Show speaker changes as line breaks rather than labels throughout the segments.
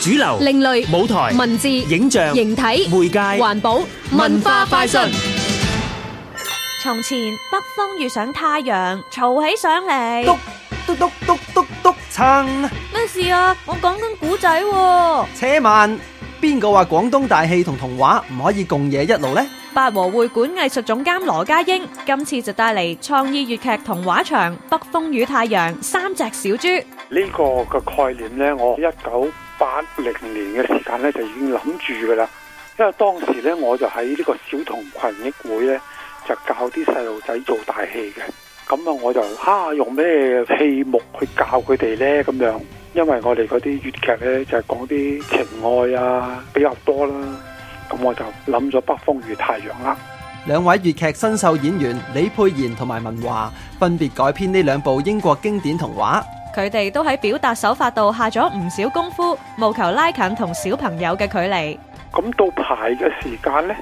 主流、
另類
舞台、
文字
影像、
形體
媒介、
環保文化快訊。
從前北風遇上太陽，嘈起上嚟
篤。篤篤篤篤篤撐，
咩事啊？我講緊古仔喎。
且慢。邊個話廣東大戲同童話唔可以共冶一路呢？
八和會館藝術總監羅家英今次就帶嚟創意粵劇童話場《北風與太陽》三隻小豬。
呢個嘅概念呢，我一九八零年嘅時間呢，就已經諗住噶啦，因為當時呢，我就喺呢個小童群益會呢，就教啲細路仔做大戲嘅，咁啊我就啊用咩戲目去教佢哋呢？咁樣，因為我哋嗰啲粵劇呢，就係講啲情愛啊比較多啦，咁我就諗咗《北風與太陽》啦。
兩位粵劇新秀演員李佩賢同埋文華分別改編呢兩部英國經典童話。
佢哋都喺表達手法度下咗唔少功夫，務求拉近同小朋友嘅距離。
咁到排嘅時間呢，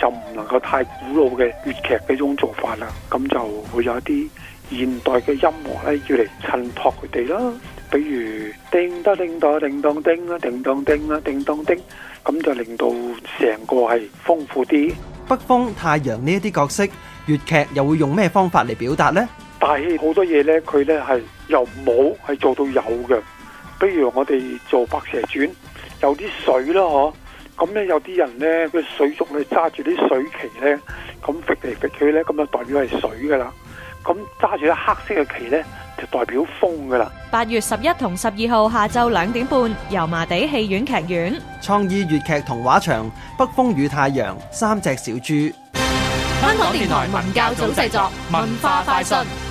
就唔能夠太古老嘅粵劇嗰種做法啦，咁就會有一啲現代嘅音樂呢，要嚟襯托佢哋啦。比如叮當叮當叮當叮啦，叮當叮啦，叮當叮，咁就令到成個係豐富啲。
北風、太陽呢一啲角色，粵劇又會用咩方法嚟表達呢？
大戲好多嘢呢，佢呢係由冇係做到有嘅。比如我哋做《白蛇傳》，有啲水啦，嗬。咁呢，有啲人呢，佢水族咧揸住啲水旗呢，咁揈嚟揈去呢，咁就代表係水噶啦。咁揸住啲黑色嘅旗呢，就代表風噶啦。
八月十一同十二號下晝兩點半，油麻地戲院劇院。
創意粵劇童話場《北風與太陽》三隻小豬。
香港電台文教組製作文化快訊。